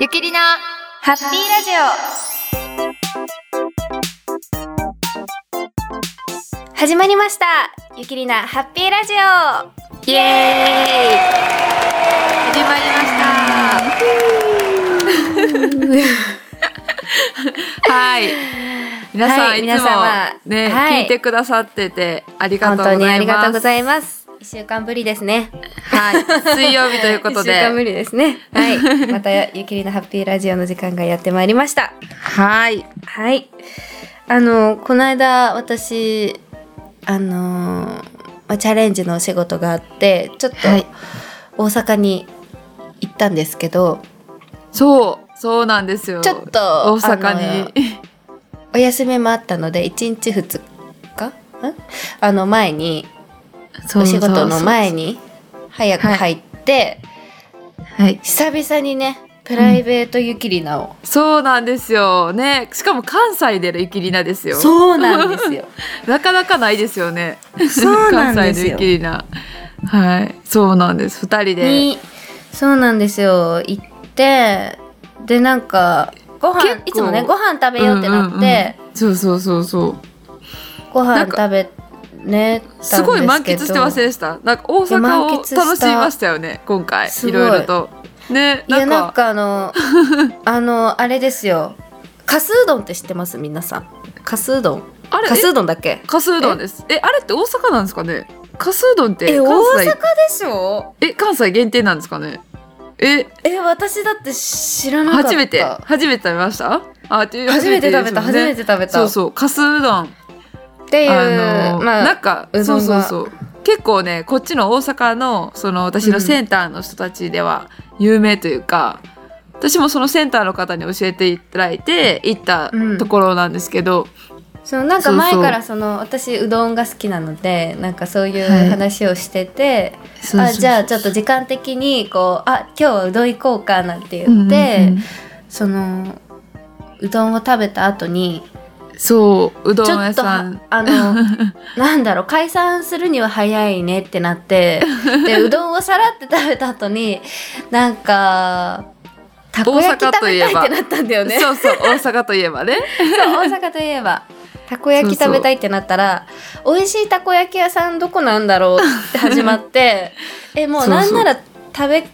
ゆきりなハッピーラジオ始まりましたゆきりなハッピーラジオイエーイ始まはい。皆さん、はいい、皆つも様ね、はい聞いてくださっててありがと本うご当ざいます。にありがとうございます一週間ぶりですねはい。水曜日ということ一週間ぶで。りですね はいまたゆきりなハッピーラジオの時間がやってまいりましたはい。はい。あの、この間、私、あのー、まあチャレンジのお仕事があって、ちょっとはい大阪に行ったんですけど、そう、そうなんですよ。ちょっと大あ阪のに。お休みもあったので、1日2日んあの、前に、そおう仕事の前に。に、早く入って、はい。久々にね、プライベート湯切りなを、そうなんですよ。ね、しかも関西でのゆきりなですよ。そうなんですよ。なかなかないですよね。そうなんですよ関西のゆきりな。はい。そうなんです。二人 で。にそうなんですよ行ってでなんかご飯結構いつもねご飯食べようってなって、うんうんうんそうそうそうそう。ごな飯んか食べねたんですけどすごい満喫してませんでしたなんか大いや満阪喫したを楽しみましたよね今回すごいいろいろとねいやなんかなんかあの あのあれですよかすうどんって知ってます皆さんかすうどんあれかすうどんだっけえかすうどんですえあれって大阪なんですかねかすうどんってえ大関阪で西しょえ関西限定なんですかねええ私だって知らなかった初めて初めて食べましたあっていう初めて食べた初ですもんめねて食べたそうそうかすうどんっていう、あのまなあんかうどそうんそがうそう結構ねこっちの大阪のその私のセンターの人たちでは有名というか、私もそのセンターの方に教えていただいて行ったうんところなんですけど、そのなんかそうそう前からその私うどんが好きなのでなんかそういうはい話をしてて、そうそうあじゃあちょっと時間的にこうあ今日はうどん行こうかなんてうんうんう言んって、そのうどんを食べた後にそううどちんょ屋っとさはんあ のなんだろう解散するには早いねってなってでうどんをさらって食べた後になんかたこ焼き大阪食といべえたばいってなったんだよね。そうそう大阪といえばね そう大阪といえばたこ焼き食べたいってなったら美味しいたこ焼き屋さんどこなんだろうって始まって えもうそうなんそうなら食べ比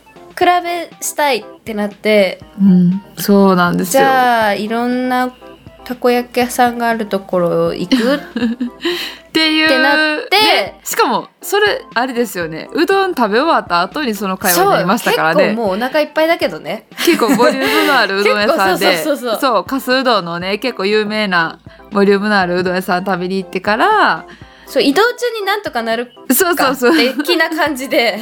べしたいってなってうんそうなんですじよゃあいろんなたこ焼き屋さんがあるところ行くっていうってなってねしかもそれあれですよねうどん食べ終わった後にその会話になりましたからそうね結構もうお腹いっぱいだけどね結構ボリュームのあるうどん屋さんで結構そうそうそうそうかすうどんのね結構有名なボリュームのあるうどん屋さん食べに行ってからそう移動中になんとかなるそうそかうっそうて気な感じ で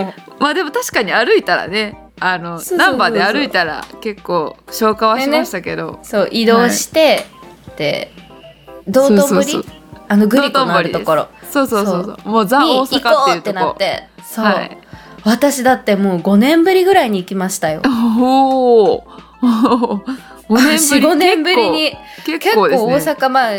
もうまあでも確かに歩いたらねあのそうそうそうそう難波で歩いたら結構消化はしましたけど、そう移動して、で道頓そう堀そうそうあのグリコのあるところそうそうそうそうもうザに大行こ阪うっっていてうとなっこてそう、はい私だってもう5年ぶりぐらいに行きましたよお お5 45年ぶりに結結構構結構大ですね阪まあ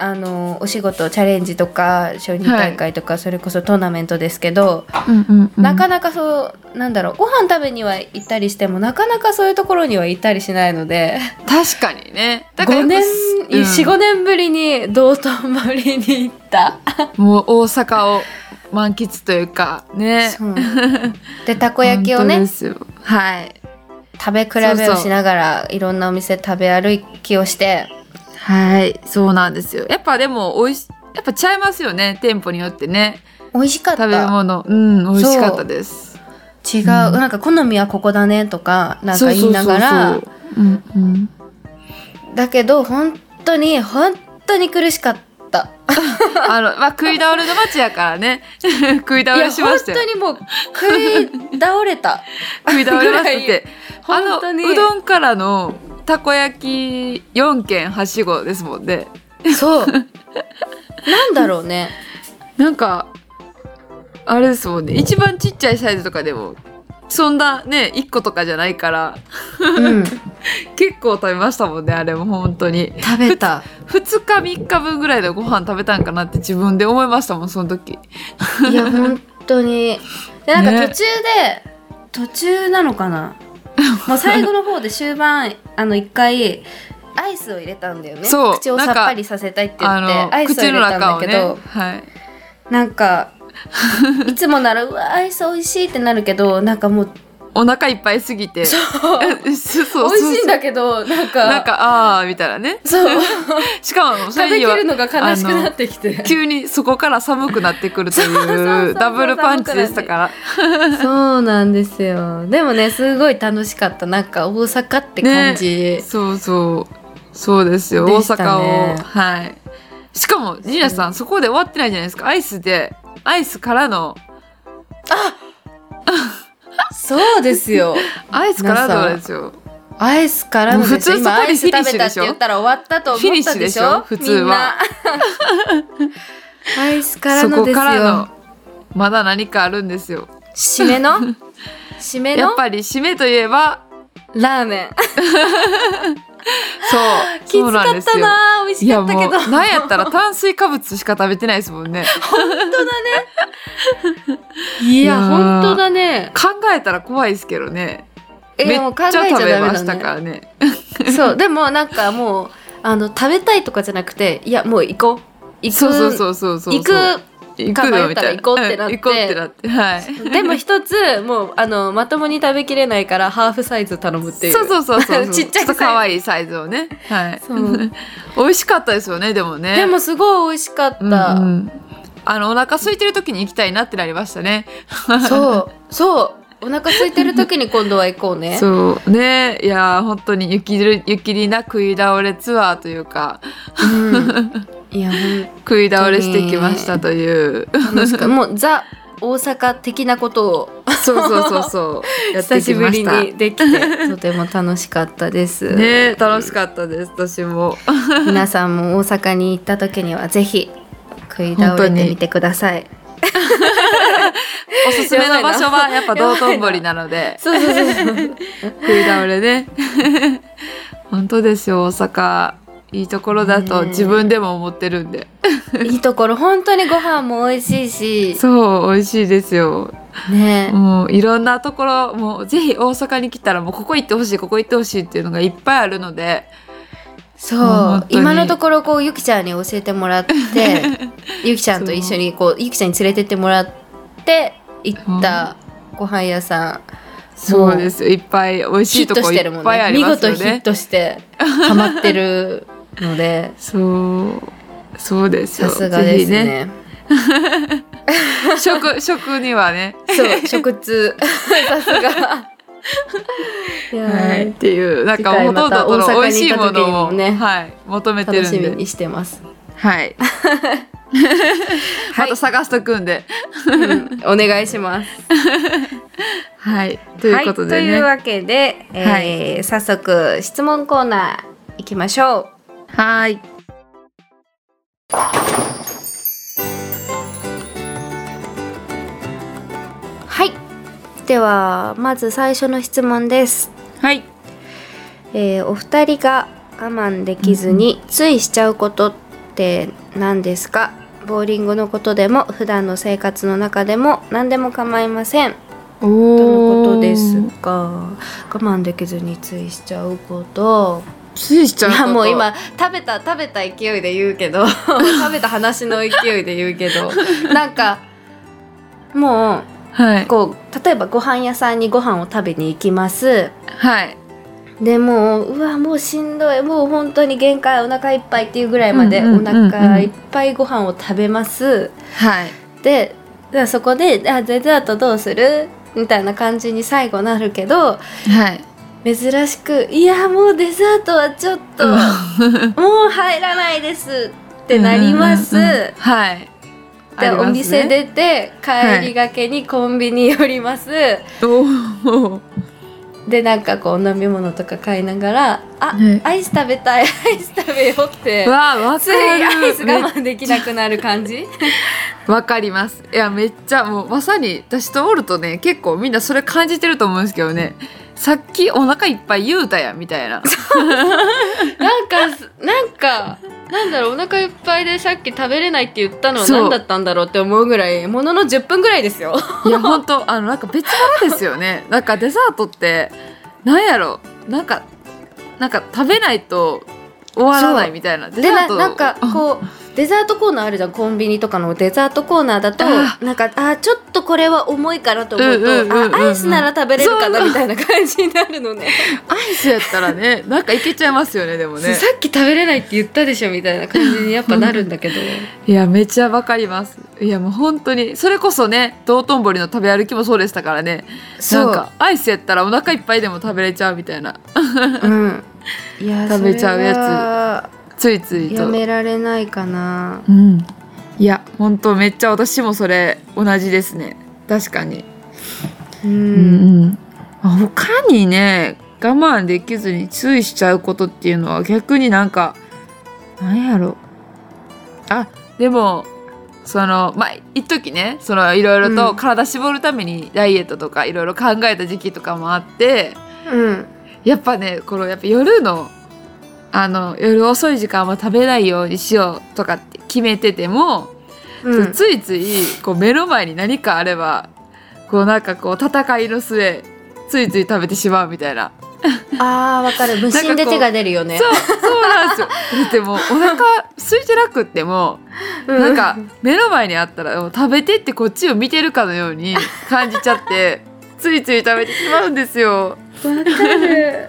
あのお仕事チャレンジとか小児大会とか、それこそトーナメントですけど、うんうんうんなかなかそうなんだろうご飯食べには行ったりしてもなかなかそういうところには行ったりしないので確かにね だから5やっぱ年、う45ん年ぶりに道頓堀に行った。もう大阪を満喫というかねそうでたこ焼きを本当でねすよはい食べ比べをしながらいろんなお店食べ歩きをしてはいそうなんですよやっぱでも美味しやっぱちゃいますよね店舗によってね美味しかった食べ違う、物うん美味しかったですなんか好みはここだねとかなんか言いながらそうそうそうそううんうんだけど本当に本当に苦しかったあのまあ食い倒れの街やからね 食い倒いやれしま本したよ当にもう食い倒れた食い倒れましたっぐらいてあの本当にうどんからのたこ焼き4軒はしごですもんねそうなんだろうねなんかあれですもんね一番ちっちゃいサイズとかでもそんなね1個とかじゃないからうん結構食べましたもんねあれも本当に食べた2日3日分ぐらいのご飯食べたんかなって自分で思いましたもんその時いや本当にでなんかね途中で、途中なのかなもう最後の方で終盤あの一回アイスを入れたんだよねそう口をさっぱりさせたいって言ってあアのイスを入口れのた中んだをけねど、はいなんかいつもならうわアイス美味しいってなるけどなんかもうお腹いっぱいすぎてそうそうそう美味しいんだけどなんかなんかあーみたいなねそうしかもそ食れべきにはるのが悲しくなってきて急にそこから寒くなってくるとそうそうそいううダブルパンチでしたからそうなんですよでもねすごい楽しかったなんか大阪って感じ、そうそうそうですよ、で大したね阪をはいしかもジーナさんそこで終わってないじゃないですかアイスでアイスからのそうですよアイスからのですよアイスからのですもう普通今そこアでイスフィニッ食シべュたってでしょ言ったら終わったと思ったでしょフィニッシュでしょ普通はみんなアイスからそのこですからのよまだ何かあるんですよ締めの締めやのっぱり締めといえばラーメン そうきそうつかなんでっすたよな美味いしかやったけもうどなんやったら炭水化物しか食べてないですも んねいやいやー本当だね考えたら怖いですけどねえめっもう考ちゃえちゃ食べダまメしただかねらねそうでもなんかもうあの食べたいとかじゃなくていやもう行こう行くそうそうそうそうそう行く行かく迷よっみたたらいな行こうってなってうん行こうってなってはいでも一つもうあのまともに食べきれないからハーフサイズ頼むっていうそうそうそうそう そうちっちゃいサイズょっと可愛いサイズをねはいそう 美味しかったですよねでもねでもすごい美味しかった、うんうんあのお腹空いてる時に行きたいなってなりましたねそうそうお腹空いてる時に今度は行こうねうそうねいやー本当に雪る雪りな食い倒れツアーというかん、いやほ食い倒れしてきましたというんと楽しかったもうザ大阪的なことを そうそうそう そうやっ久てきしぶまりしたにできてとても楽しかったです、ね楽しかったです 私も皆さんも大阪に行った時にはぜひ食い倒れてみてくださいおすすめの場所はやっぱやばい道な頓堀なの でそうそうそうそう食い倒れね 本当ですよ大阪いいところだとね自分でも思ってるんで、いいところ本当にご飯も美味しいしそう美味しいですよねもういろんなところもうぜひ大阪に来たらもうここ行ってほしいここ行ってほしいっていうのがいっぱいあるのでそ本う当に今のところこうゆきちゃんに教えてもらって ゆきちゃんと一緒にこうゆきちゃんに連れてってもらって行ったご飯屋さんもそうですよいっぱい美味しヒいッとトこしいてるもっんぱいねあり見ます事よヒッねトしてハマってるのでそう そうですさよすがですぜひね食食にはねそう食通 さすがいやはーい、っていうなんか次回ほとまんどたこの美味しいも大阪に行った時にのもをねはい、求めて楽るしみんでにしてます、はい、 また探しとくんでうんお願いしますはいということではい、といねうわけで、えー早速質問コーナー行きましょう。はいはい。ではまず最初の質問です。はいえーお二人が我慢できずについしちゃうことって何ですか？ボーリングのことでも普段の生活の中でも何でも構いません。おとーのことですが、我慢できずについしちゃうこと。ついしちゃういことやもう今食べた食べた勢いで言う けど食べた話の勢いで言うけどなんかもはういこう例えばご飯屋さんにご飯を食べに行きますはいでもううわもうしんどいもう本当に限界お腹いっぱいっていうぐらいまでうんうおんうんうん腹いっぱいご飯を食べますはいででそこで「あデザートどうする?」みたいな感じに最後なるけどはい珍しく「いやもうデザートはちょっ と」もう入らないですってなります。うんうんうんはいでありまおすね店出て帰りがけにコンビニ寄ります、おーでなんかこう飲み物とか買いながら「あ、はいアイス食べたいアイス食べよ」うってわあわついアイスか我る慢できなくなる感じわかりますいやめっちゃもうまさに私とおるとね結構みんなそれ感じてると思うんですけどねさっきお腹いっぱい言うたやんみたいななんかなんかなんだろうお腹いっぱいでさっき食べれないって言ったのはそう何だったんだろうって思うぐらいものの10分ぐらいですよ。いや本当あのなんか別腹ですよね。なんかデザートってなんやろなんかなんか食べないと終わらなそいうみたいなデでザーなトなんかこ うデザートコーナーあるじゃんコンビニとかのデザートコーナーだとあなんかあーちょっとこれは重いかなと思うと、うんうんうんうんうんあアイスなら食べれるかなそうみたいな感じになるのねアイスやったら ねなんかいけちゃいますよねでそもうねさっき食べれないって言ったでしょみたいな感じにやっぱなるんだけどいやめちゃわかりますいやもう本当にそれこそね道頓堀の食べ歩きもそうでしたからねそなうんかアイスやったらお腹いっぱいでも食べれちゃうみたいなうん、いや食べちゃうやついついとやめられないかなうんいや本当めっちゃ私もそれ同じですね確かにう、うんんあ他にね我慢できずに注意しちゃうことっていうのは逆になんかなんやろあでもそのまあ一時ねそのいろいろうとん体絞るためにダイエットとかいろいろ考えた時期とかもあってうん、やっぱねこのやっぱ夜のあの夜遅い時間は食べないようにしようとかって決めてても、うん、ついついこう目の前に何かあればこうなんかこう戦いの末ついつい食べてしまうみたいな、あーわかる無心で手が出るよねそうそうな んですよだってもうお腹空いてなくってもうなんか目の前にあったらもう食べてってこっちを見てるかのように感じちゃって ついつい食べてしまうんですよわかる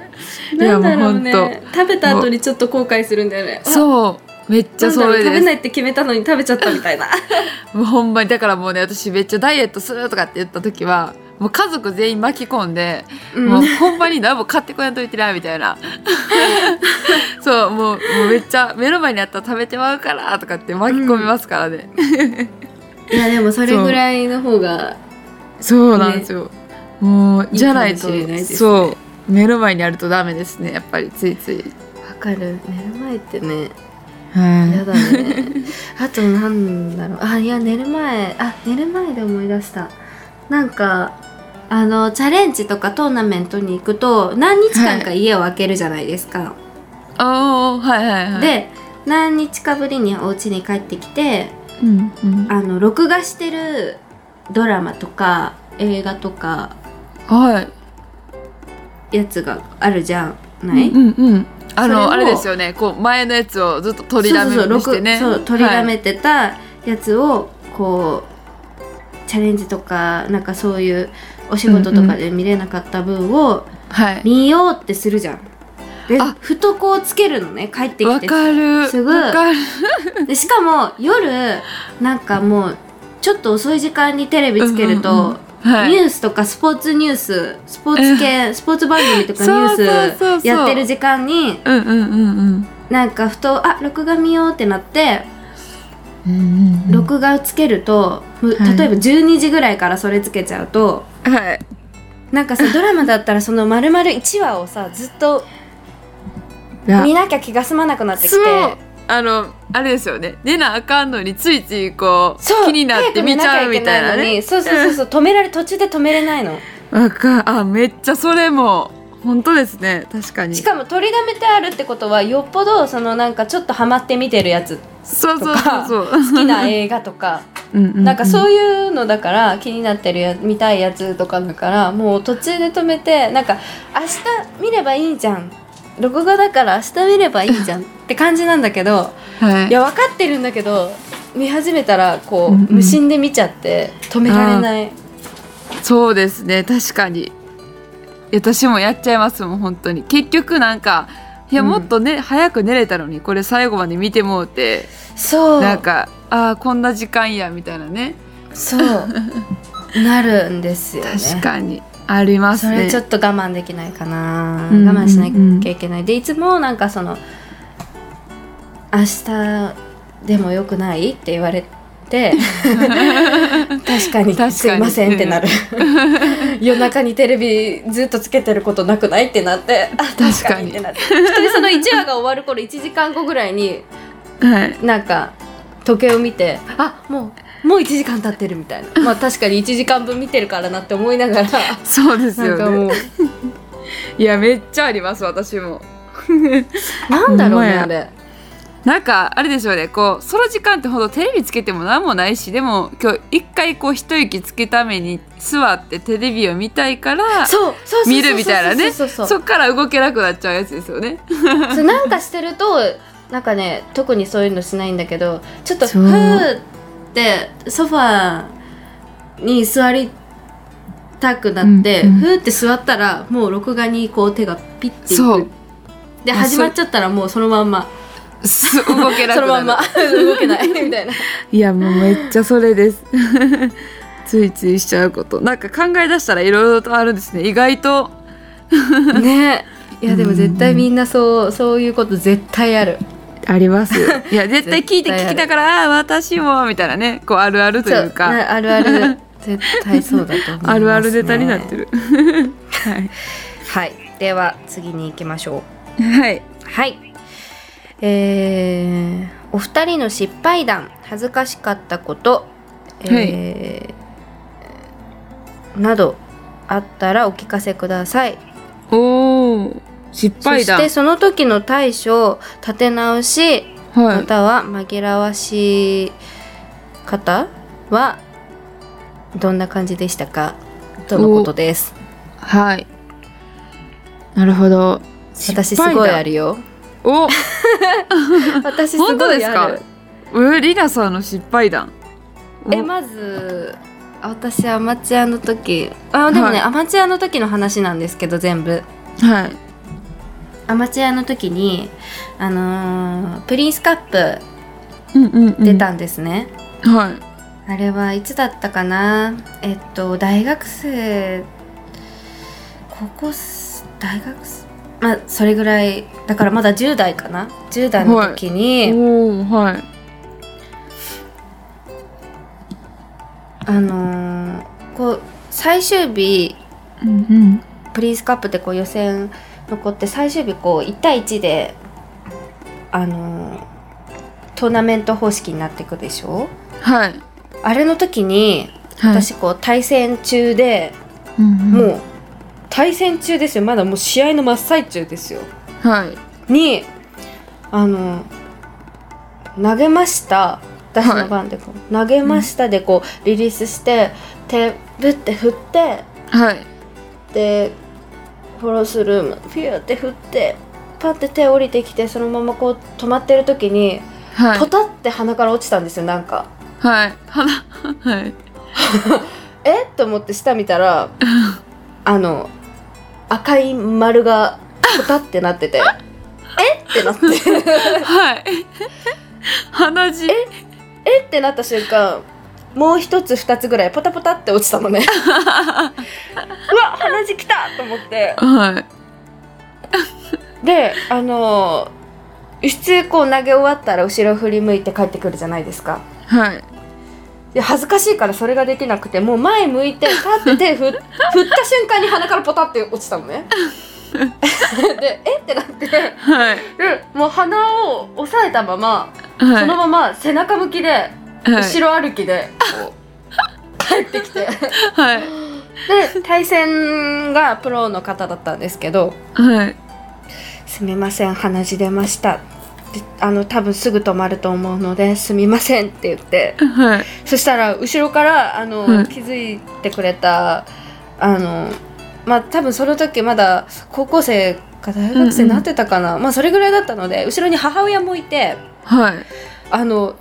いなやんだろうもうね食べた後にちょっと後悔するんだよねうそうめっちゃそれ食でべすないって決めたのに食べちゃったみたい なもうほんまにだからもうね私めっちゃダイエットするとかって言った時はもう家族全員巻き込んで、もうほんまに何も買ってこやんといてなみ たいなそうもうもうめっちゃ目の前にあったら食べてまうからとかって巻き込みますからね、いやでもそれぐらいの方がそうなんですよ、もういいじゃないとかもしれないですねそう目の前にあるとダメですねやっぱりついつい、わかる寝る前ってねはやだね あとなんだろうあいや寝る前あ寝る前で思い出したなんかあのチャレンジとかトーナメントに行くと何日間か家を空けるじゃないですか、い、ああはいはいはい、で何日かぶりにお家に帰ってきてうんうん、あの録画してるドラマとか映画とかはいやつがあるじゃない、うんうんあそれのもあれですよねこう前のやつをずっとそう取りだめそうそうにしてね録そう取りだはいめてたやつをこうチャレンジとかなんかそういうお仕事とかで見れなかった分をはい見ようってするじゃん。であふとこうつけるのね帰ってきわてかるすごいわかるでしかも夜なんかもうちょっと遅い時間にテレビつけると、うんうんうんはいニュースとかスポーツニューススポーツ系スポーツ番組とかニュそうそうそうーそスうやってる時間にうんうんうんなんかふとあ録画見ようってなってうんうんうん録画をつけると、むはい例えば12時ぐらいからそれつけちゃうとはいなんかさ ドラマだったらその丸々1話をさずっといや見なきゃ気が済まなくなってきてそうあのあれですよね寝なあかんのについついこうそう気になって見ちゃうみたいな早く見きけのねにそうそうそうそう止められ途中で止めれないのわかあめっちゃそれも本当ですね確かにしかも取りだめてあるってことはよっぽどそのなんかちょっとハマって見てるやつそうそうそうそう好き な映画とかうううなんかそうういうのだから気になってるや見たいやつとかだからもう途中で止めてなんか明日見ればいいじゃん録画だから明日見ればいい じゃんって感じなんだけどはいいや分かってるんだけど見始めたらこう、うんうん無心で見ちゃって止められないそうですね確かにいや私もやっちゃいますもん本当に結局なんかいやうんもっとね、早く寝れたのにこれ最後まで見てもうてそうなんかああこんな時間やみたいなねそう なるんですよね確かにありますそねれちょっと我慢できないかな、うん我慢しなきゃいけないでいつもなんかその「明日でもよくない?」って言われ て確かに確かにすいませんって なる夜中にテレビずっとつけてることなくないってなってあ確かにってなって普通にその1話が終わる頃1時間後ぐらいにはいなんか時計を見てあもうもう1時間経ってるみたいなまあ確かに1時間分見てるからなって思いな がらそうですなんかよもね う。いやめっちゃあります私もなんだろうねほんまやあれなんかあれでしょうねこうその時間ってほどテレビつけても何もないしでも今日一回こう一息つけために座ってテレビを見たいからそうそうそうそう見るみたいなねそうそうそそっから動けなくなっちゃうやつですよね。うそうなんかしてるとなんかね特にそういうのしないんだけどちょっとそふうーってソファーに座りたくなって、うんうんふーって座ったらもう録画にこう手がピッていそうくでいや始まっちゃったらもうそのまんます 動けなそくのなまるんま動けないみたいない やもうめっちゃそれです ついついしちゃうことなんか考え出したらいろいろとあるんですね意外とねいやでも絶対みんなそうそういうこと絶対あるあります いや絶対聞い絶て対ある聞きながらあー私もみたいなねこうあるあるというそうかなあるある絶対そうだと思います、ね、 あるあるネタになってるはいはいでは次に行きましょはい、うはいえー、お二人の失敗談恥ずかしかったこと、えーなどあったらお聞かせくださいおお失そ敗し談てその時の対処立て直しはまいたは紛らわし方はどんな感じでしたかとのことです。はいなるほど私すごいあるるよ。 お私す本当ごでいすあかる。えリナさんの失敗談えまず私アマチュアの時あでもね、はいアマチュアの時の話なんですけど全部はいアマチュアの時にあのープリンスカッうんうん、うプ出たんですね。はいあれはいつだったかなえっと大学生高校生大学生まあそれぐらいだからまだ10代かな10代の時に、おおはいあのーこう最終日うんうんプリンスカップってこう予選残って最終日こう1対1であのートーナメント方式になっていくでしょはいあれの時にはい私こう対戦中で、ももう対戦中ですよまだもう試合の真っ最中ですよはいにあの投げました私の番でこう、投げましたでこうリリースして手ぶって振ってはいでフォロースルームピューって振ってパッて手降りてきてそのままこう止まってる時に、はいポタって鼻から落ちたんですよなんかはい鼻はいえっと思って下見たらあの赤い丸がポタってな っててえってなって はい鼻血えってなった瞬間もう一つ二つぐらいポタポタって落ちたの ねうわ鼻血きたと思ってはいであの普通こう投げ終わったら後ろ振り向いて帰ってくるじゃないですかはいで恥ずかしいからそれができなくてもう前向いて立って手 振振った瞬間に鼻からポタって落ちたのねでえってなってはいでもう鼻を押さえたまま、はいそのまま背中向きで、後ろろ歩きでこう 帰ってきてはいで対戦がプロの方だったんですけどはい「すみません鼻血出ました」であの多分すぐ止まると思うので「すみません」って言ってはいそしたら後ろからあの、はい気づいてくれたあのまあ多分その時まだ高校生か大学生になってたかな、まあそれぐらいだったので後ろに母親もいてはいあの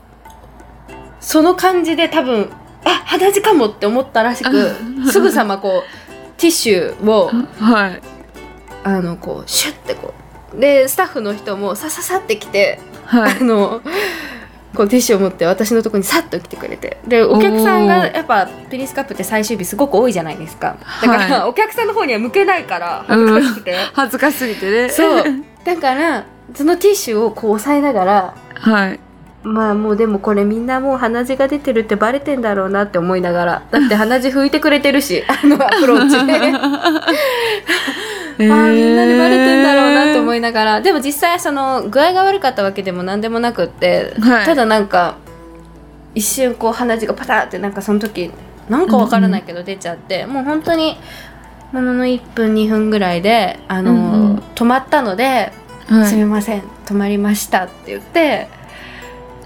その感じで多分あ鼻血かもって思ったらしくすぐさまこうティッシュ をはいあのこうシュッてこうでスタッフの人もさささって来て、はいあのこうティッシュを持って私のとこにさっと来てくれてでお客さんおがーやっぱプリンスカップって最終日すごく多いじゃないですかだから、はお客さんの方には向けないから恥 ずかしくて、恥ずかしすぎてねそうだからそのティッシュをこう押さえながらはいまあもうでもこれみんなもう鼻血が出てるってバレてんだろうなって思いながらだって鼻血拭いてくれてるし あのアプ ローチであえあみんなにバレてんだろうなって思いながらでも実際その具合が悪かったわけでも何でもなくって、はいただなんか一瞬こう鼻血がパタってなんかその時なんかわからないけど出ちゃって、もう本当にものの1分2分ぐらいであの、うんうん止まったので「はすいみません」止まりましたって言って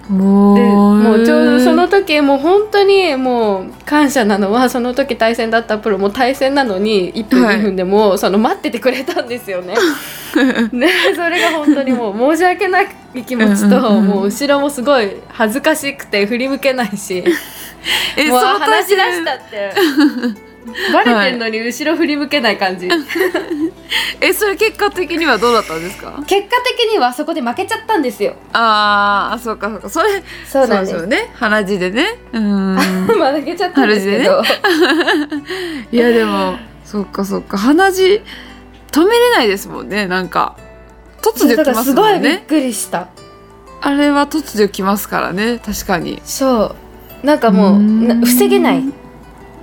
もうでもうちょうどその時もう本当にもう感謝なのはその時対戦だったプロも対戦なのに1分はい2分でもその待っててくれたんです よね。ねそれが本当にもう申し訳ない気持ちうんうんとうんもう後ろもすごい恥ずかしくて振り向けないしえもうその話し出対戦したってバレてんのに後ろ振り向けない感じ、えそれ結果的にはどうだったんですか結果的にはそこで負けちゃったんですよ。あーあそうかそうかそれそうなんですよね鼻血でね うーんまあ負けちゃったんですけど、いやでもそうかそうか鼻血止めれないですもんねなんか突そう如だかきらますすごもいんびっねくりした。あれは突如きますからね確かにそうなんかもうーうんな防げない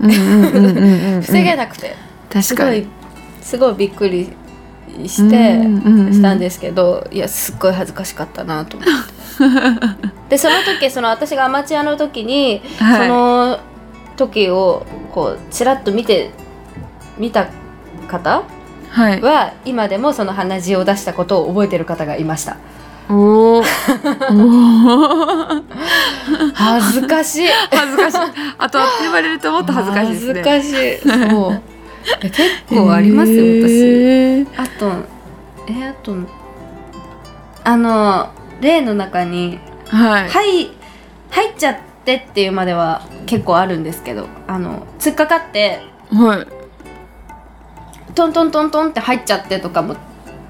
うんうんうんうんうん防げなくて、す確ごかいにすごいびっくりしてしたんですすけど、いやすっごい恥ずかしかったなと思って でその時その私がアマチュアの時に、はいその時をこうちらっと見て見た方はいは今でもその鼻血を出したことを覚えてる方がいましたおーおー恥ずかしい 恥ずかしいあとって言われるともっと恥ずかしいですね恥ずかしい そう結構ありますよ、私へーあとえあとあの例の中に「はいはい入っちゃって」っていうまでは結構あるんですけどあの突っかかってはいトントントントンって入っちゃってとかも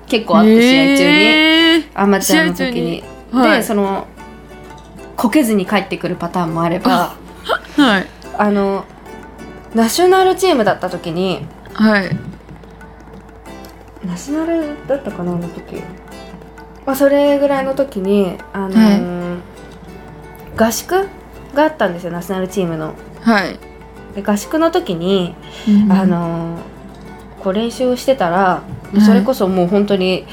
結構あって試合中に、へーアマチュアの時に試。はいでそのこけずに帰ってくるパターンもあればはいあのナショナルチームだった時にはいナショナルだったかなあの時、まあ、それぐらいの時に、あのー合宿があったんですよナショナルチームの。はい、で合宿の時に、あのーこう練習をしてたらいそれこそもう本当に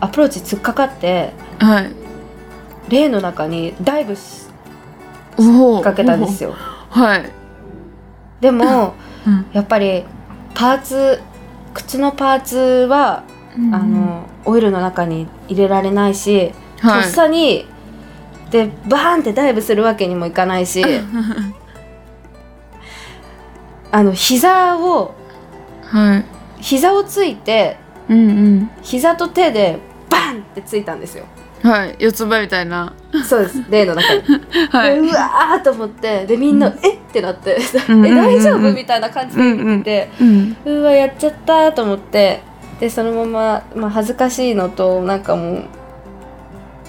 アプローチ突っかかってはい例の中にダイブしおかけたんですよよ。はい、でもうんやっぱりパーツ靴のパーツは、あのオイルの中に入れられないしとはっいさにでバーンってダイブするわけにもいかない しあの膝をはい膝をついてうん膝と手でバンってついたんです ようんはい四つ葉みたいなそうです例の中に、 はいでうわーと思ってでみんな、うえってなって「うんうんえ大丈うんう夫?」んみたいな感じうでんうんでうんうわやっちゃったと思ってでそのまま、まあ、恥ずかしいのとなんかもう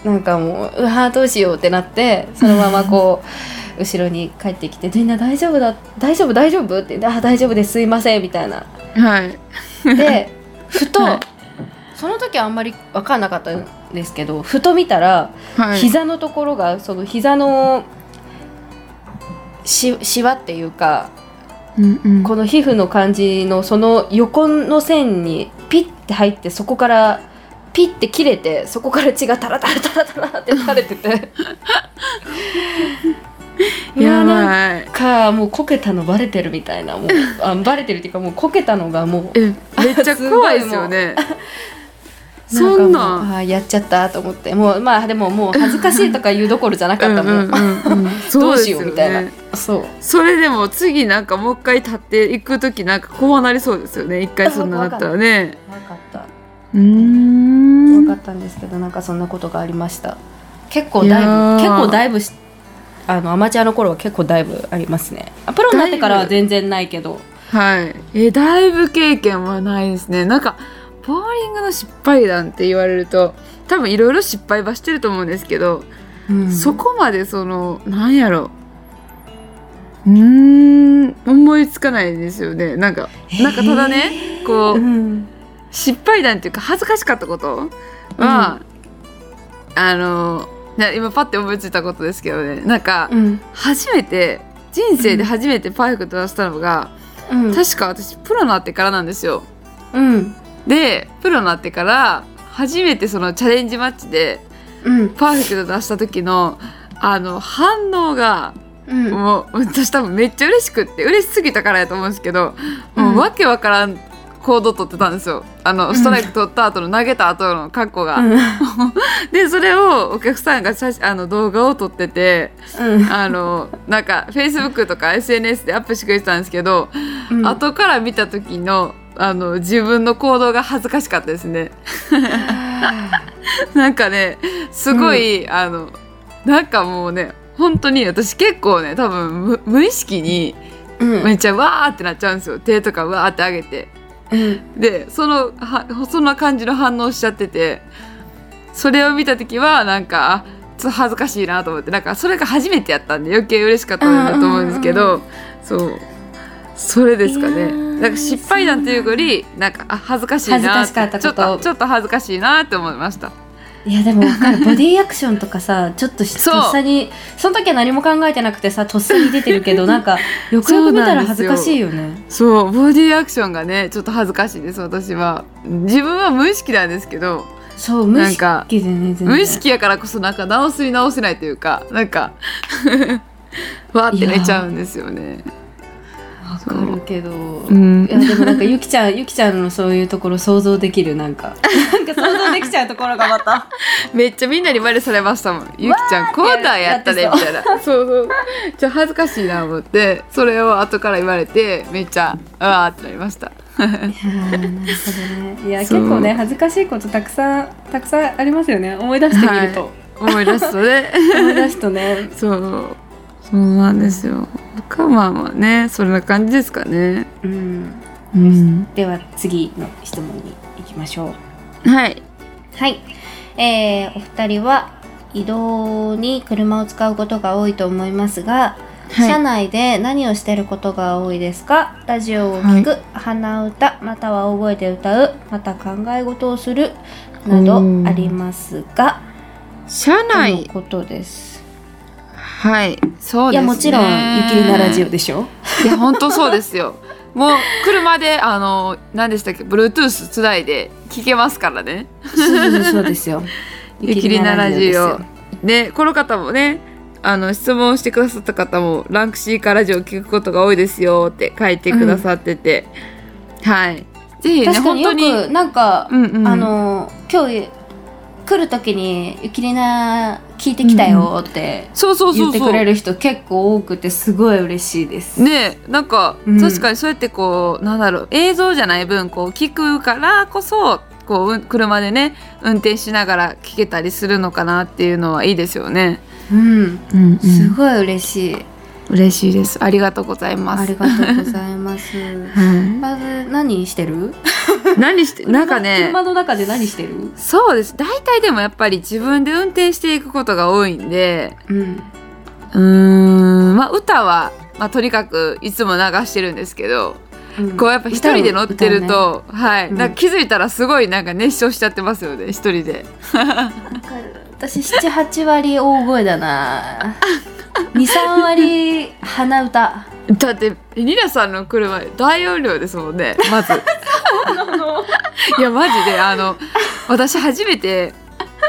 なんかもううわどうしようってなってそのままこう 後ろに帰ってきて「みんな大丈夫だ大丈夫大丈夫?」って言って「あ大丈夫ですすいません」みたいな。はいで ふと、はいその時はあんまり分かんなかったんですけどふと見たら、はい膝のところがその膝のししわっていうかうんうんこの皮膚の感じのその横の線にピッて入ってそこからピッて切れてそこから血がタラタラタラタラって垂れ ててうわなやんばいかもうこけたのバレてるみたいなもうあバレてるっていうかもうこけたのがもうえめっちゃ怖いですよ ねそんななんかもうあーやっちゃったと思ってもうまあでももう恥ずかしいとか言うどころじゃなかったもん ど どうしようみたいなそうそれでも次なんかもう一回立っていく時なんかこうなりそうですよね一回そんななったらね怖かったうーん怖かったんですけどなんかそんなことがありました結構だいいやぶー結構だいぶしあのアマチュアの頃は結構だいぶありますねあプロになってからは全然ないけどはいえだいぶ経験はないですねなんかボーリングの失敗談って言われると多分いろいろ失敗はしてると思うんですけど、うんそこまでそのなんやろううーん思いつかないですよねなんかなんかただね、こう、うん失敗談っていうか恥ずかしかったことは、あのな今パッて思いついたことですけどねなんかうん初めて人生で初めてパーフェクト出したのが、うん確か私プロになってからなんですよ。うんでプロになってから初めてそのチャレンジマッチでうんパーフェクト出した時のあの反応がうんもう私多分めっちゃ嬉しくって嬉しすぎたからやと思うんですけどもううんわけわからん行動取ってたんですよあのストライク取った後の投げた後の格好が、でそれをお客さんが写真あの動画を撮っててうんあのなんかフェイスブックとか SNS でアップしてくれてたんですけど、うん後から見た時のあの自分の行動が恥ずかしかったです ねなんかねすごい、あのなんかもうね本当に私結構ね多分無無意識にうん めっちゃわーってなっちゃうんですよ手とかわーって上げてうんでそのはそんな感じの反応しちゃっててそれを見た時はなんかあちょっと恥ずかしいなと思ってなんかそれが初めてやったんで余計嬉しかったんだと思うんですけど、そうそれですかいやねーなんか失敗談というよりなんかあ恥ずかしいなって恥ずかしかったことちょっとちょっと恥ずかしいなって思いましたいやでも分かるボディアクションとかさ ちょっとしそうとっさにその時は何も考えてなくてさとっさに出てるけどなん かよくよく見たら恥ずかしいよねそうボディアクションがねちょっと恥ずかしいです私は自分は無意識なんですけどそう無意識なんかでね全然無意識やからこそなんか直すに直せないというかなんか わーって寝ちゃうんですよね。分かるけど、うんいやでもなんかゆきちゃんゆ きちゃんのそういうところ想像できるなんかなんか想像できちゃうところがま ためっちゃみんなにバレされましたもん。ゆきちゃんこうだやったねやみたいな。そうそう。ちょっと恥ずかしいな思ってそれを後から言われてめっちゃうわーってなりました。いやーなるほどねいや結そう構ね恥ずかしいことたくさんたくさんありますよね思い出してみると、思い出すとね。 思い出すとねそう。そうなんですよ。かまあまあねそんな感じですかね。うんうん。では次の質問に行きましょうはい。はい、えーお二人は移動に車を使うことが多いと思いますが、車内で何をしてることが多いですかラジオを聞く、鼻歌または覚えて歌うまた考え事をするなどうんありますが車と内のことです。はいそういですね。やもちろんゆきりなラジオでしょいや本当そうですよ。もう車であの何でしたっけ Bluetooth つないで聞けますからね。そうそうそうです よゆきりなラジオ。でこの方もねあの質問してくださった方もランク C からラジオを聞くことが多いですよって書いてくださってて、はいぜひね確か本に当よにくなんか、うんうんあの今日来る時に「ゆきりな聞いてきたよ」ってそうそう言そっうてくそれうる人結構多くてすごい嬉しいです、ねなんか、うん確かにそうやってこうなんだろう映像じゃない分こう聞くからこそこううん車でね運転しながら聞けたりするのかなっていうのはいいですよね。うんうんすごい嬉しい、嬉しいですありがとうございまありす。がとうございますはまず何してるい 何してなんかね車の中で何してるそうです大体でもやっぱり自分で運転していくことが多いんでうんうーんまあ歌は、まあ、とにかくいつも流してるんですけど、うんこうやっぱ一人で乗ってると、はい、うんなんか気づいたらすごいなんか熱唱しちゃってますよね一人で。私78割大声だ な23割鼻歌だってニラさんの車大容量ですもんね まず。いやマジであの私初めて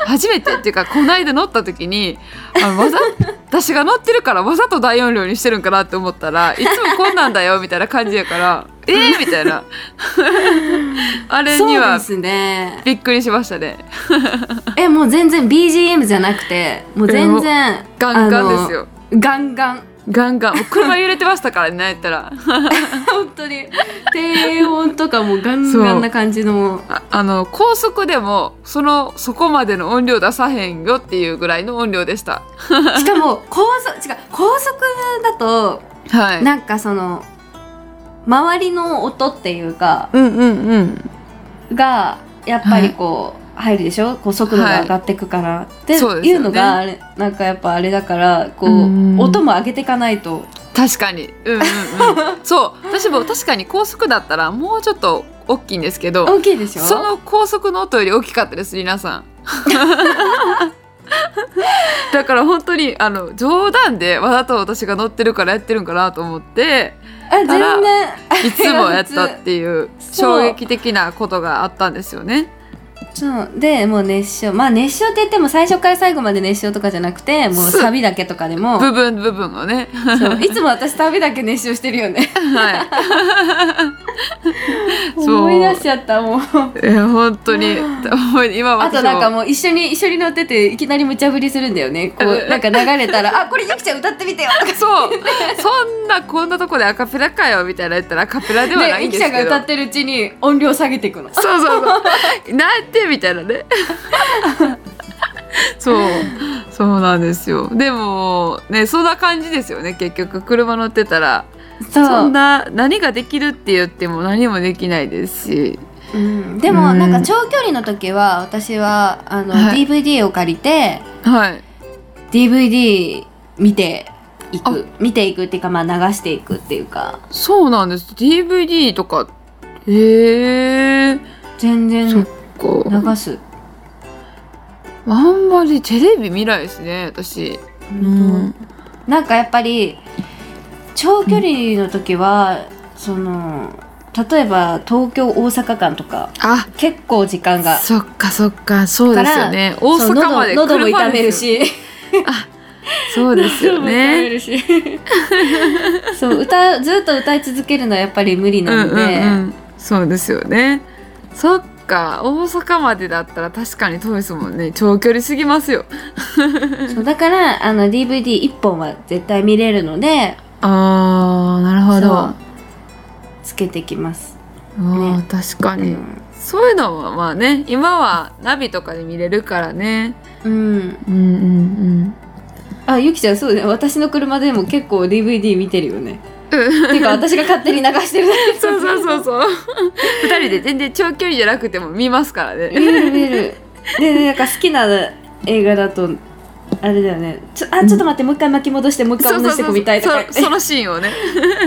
初めてっていうかこの間乗った時にあのわざ私が乗ってるからわざと大容量にしてるんかなって思ったらいつもこんなんだよみたいな感じやからえー、みた いなあれにそうはですねびっくりしましたねえもう全然 BGM じゃなくてもう全然ガンガンですよよガンガンガンガンもう車揺れてましたからねなんやったら本当に低音とかもガンガンな感じのああの高速でもそのそこまでの音量出さへんよっていうぐらいの音量でしたしかも高速違う高速だとはいなんかその周りの音っていうかうんうんうんがやっぱりこう入るでしょこう速度が上がっていくから、ってそうですいようねのがあれなんかやっぱあれだからこうんう音も上げていかないと確かにう んうんうんそう私も確かに高速だったらもうちょっと大きいんですけど大きいでしょその高速の音より大きかったです皆 さんだから本当にあの冗談でわざと私が乗ってるからやってるんかなと思ってあ全た然いつもやったっていう そ衝う撃的なことがあったんですよねそうでもう熱唱まあ熱唱って言っても最初から最後まで熱唱とかじゃなくてもうそうサビだけとかでも部分部分を ねそういつも私サビだけ熱唱してるよね はい そう思い出しちゃったもういや本当にもう今あ私もとなんかもう一緒に一緒に乗ってていきなり無茶ぶりするんだよねこうなんか流れた ら「あこれゆきちゃん歌ってみてよ」とかそうそんなこんなとこでアカペラかよみたいな言ったらアカペラではないゆんできすちゃけんがど歌ってるうちに音量下げていくの そうそうそう なんてみたい なねそうそうなんですよでもねそんな感じですよね結局車乗ってたらそそんな何ができるって言っても何もできないですしうんでもうんなんか長距離の時は私はあの、はい DVD を借りてはい DVD 見ていくあ見ていくっていうかまあ流していくっていうかそうなんです DVD とかへえ全然そっ流かすあんまりテレビ見ないですね私うんなんかやっぱり長距離の時は、その例えば東京大阪間とかあ結構時間がそっかそっかそうですよね大そう阪まで喉喉も車痛ですめるしそうですよね喉も痛めるし そう歌ずっと歌い続けるのはやっぱり無理なので、うんうんうん、そうですよねそっか大阪までだったら確かに遠いですもんね長距離すぎますよそうだからあの DVD1 本は絶対見れるのであーなるほそうどつけてきます、あー確かに、そういうのはまあね今はナビとかで見れるからねうんうんうんあゆきちゃんそうね私の車でも結構 DVD 見てるよねていうか私が勝手に流してるだ うんそうそうそうそう二人で全然長距離じゃなくても見ますからけね見る見るででなんか好きな映画だとあれだよねちょあちょっと待って、もう一回巻き戻してもう一回そうそ戻しうてそこうみたいとか言っそてそのシーンをね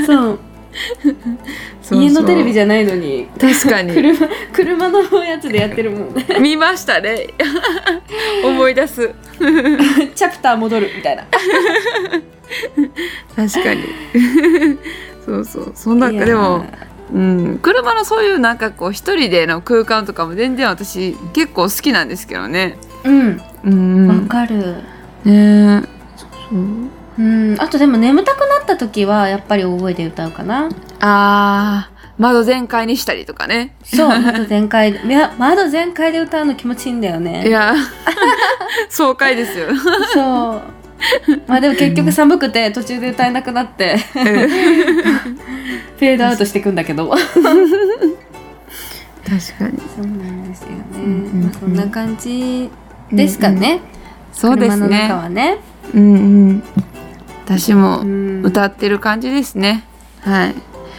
そう家のテレビじゃないのにゃ確か に車車のやつでやってる もんね見ましたね 思い出すチャプター戻るみたいな確かに そうそうそんないやーでも、うん、車のそういうなんかこう一人での空間とかも全然私結構好きなんですけどねうんわ、うんかるねえそううん、あとでも眠たくなった時はやっぱり大声で歌うかな。あー窓全開にしたりとかねそう、窓全開で、いや窓全開で歌うの気持ちいいんだよいね。や 爽快ですよそう。まあでも結局寒くて途中で歌えなくな ってフェードアウトしていくんだけど。確かにそうなんですよね。んうんまあそんな感じですかね。そうです車の中ねはね。うんうん私もうん歌ってる感じですね、はい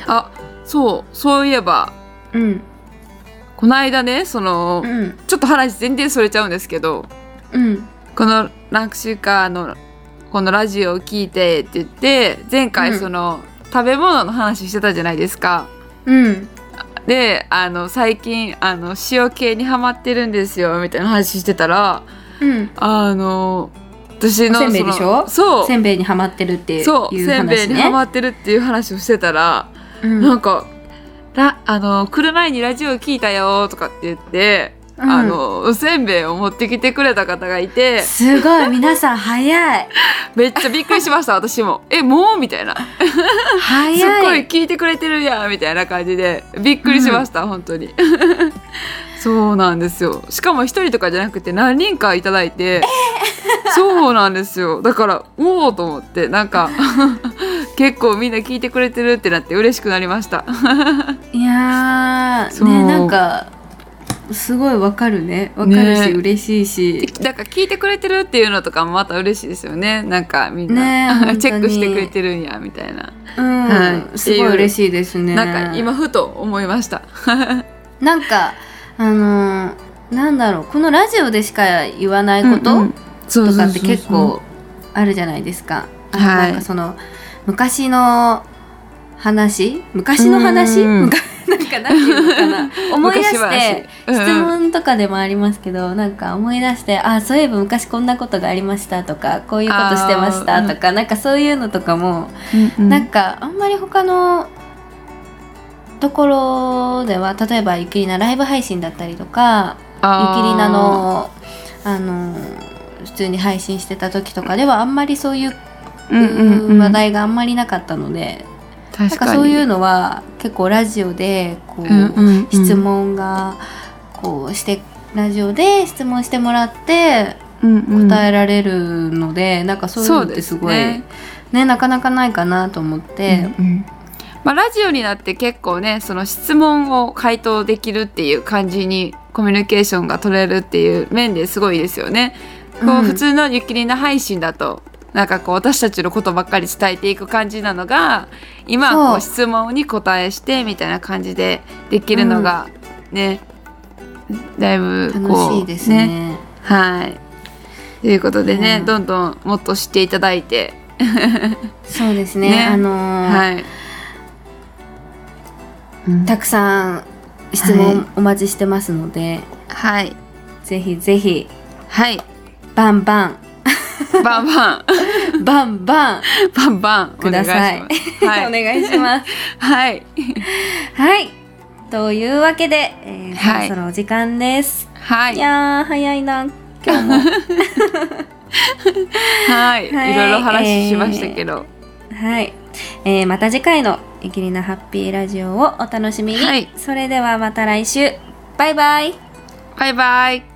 あそうそういえばうんこの間ねその、うんちょっと話全然それちゃうんですけどうんこのランクシューカーのこのラジオを聞いてって言って前回うんその、食べ物の話してたじゃないですか。うん。であの最近あの塩系にハマってるんですよみたいな話してたらうん。あの私のおせんべいでしょそのそうせんべいにはまってるっていうそういうせんべい話にハマね。ってるっていう話をしてたら、うんなんかラあの来る前にラジオ聞いたよとかって言って、うんあのおせんべいを持ってきてくれた方がいてすごい皆さん早いめっちゃびっくりしました私も「えもう?」みたいな「早い。すっごい聞いてくれてるやん」みたいな感じでびっくりしました、本当に そうなんですよしかも一人とかじゃなくて何人かいただいて、そうなんですよだからおおと思ってなんか 結構みんな聞いてくれてるってなって嬉しくなりま したいやーそうねなんかすごいわかるねわかるし、ね嬉しいしだから聞いてくれてるっていうのとかもまた嬉しいですよねなんかみんねえ本な、当に チェックしてくれてるんやみたいな、うん、はいすごい嬉しいですねなんか今ふと思いましたなんかあのーなんだろうこのラジオでしか言わないこと、うんうんそうとそうかそうそうって結構あるじゃないですか。あのはいなんかその昔の話昔 の話、うんむかなんかなんていうのかな思い出 昔して話、うん質問とかでもありますけどなんか思い出してあそういえば昔こんなことがありましたとかこういうことしてましたとかなんかそういうのとかも、なんかあんまり他のところでは例えばゆきりなライブ配信だったりとかゆきりなのあの普通に配信してた時とかではあんまりそういううんうんうん話題があんまりなかったので、確かになんかそういうのは結構ラジオでこう、うんうんうん質問がこうしてラジオで質問してもらって答ええられるので、なんかそういうのってすごいそうですねねなかなかないかなと思って、まあ、ラジオになって結構ねその質問を回答できるっていう感じにコミュニケーションが取れるっていう面ですごいですよね。こうんう普通のゆきりな配信だとなんかこう私たちのことばっかり伝えていく感じなのが今はこそうう質問に答えしてみたいな感じでできるのがね、だいぶこう楽しいですね。はいということでね、うんどんどんもっと知っていただいて、そうですねねあのーはい、たくさん質は問お待ちしてますので、はいぜひぜひはいバンバンバ ンバンバンバンバンバンくださいお願します おはい。願いします。はい。はい。というわけで、えーはいそろそろお時間です。、はいい。やー、早いな。今日も。はい。はいいろいろ話しましたけど。はい。 えーまた次回のイギリナハッピーラジオをお楽しみに。はいそれではまた来週。バイバイ。バイバイ。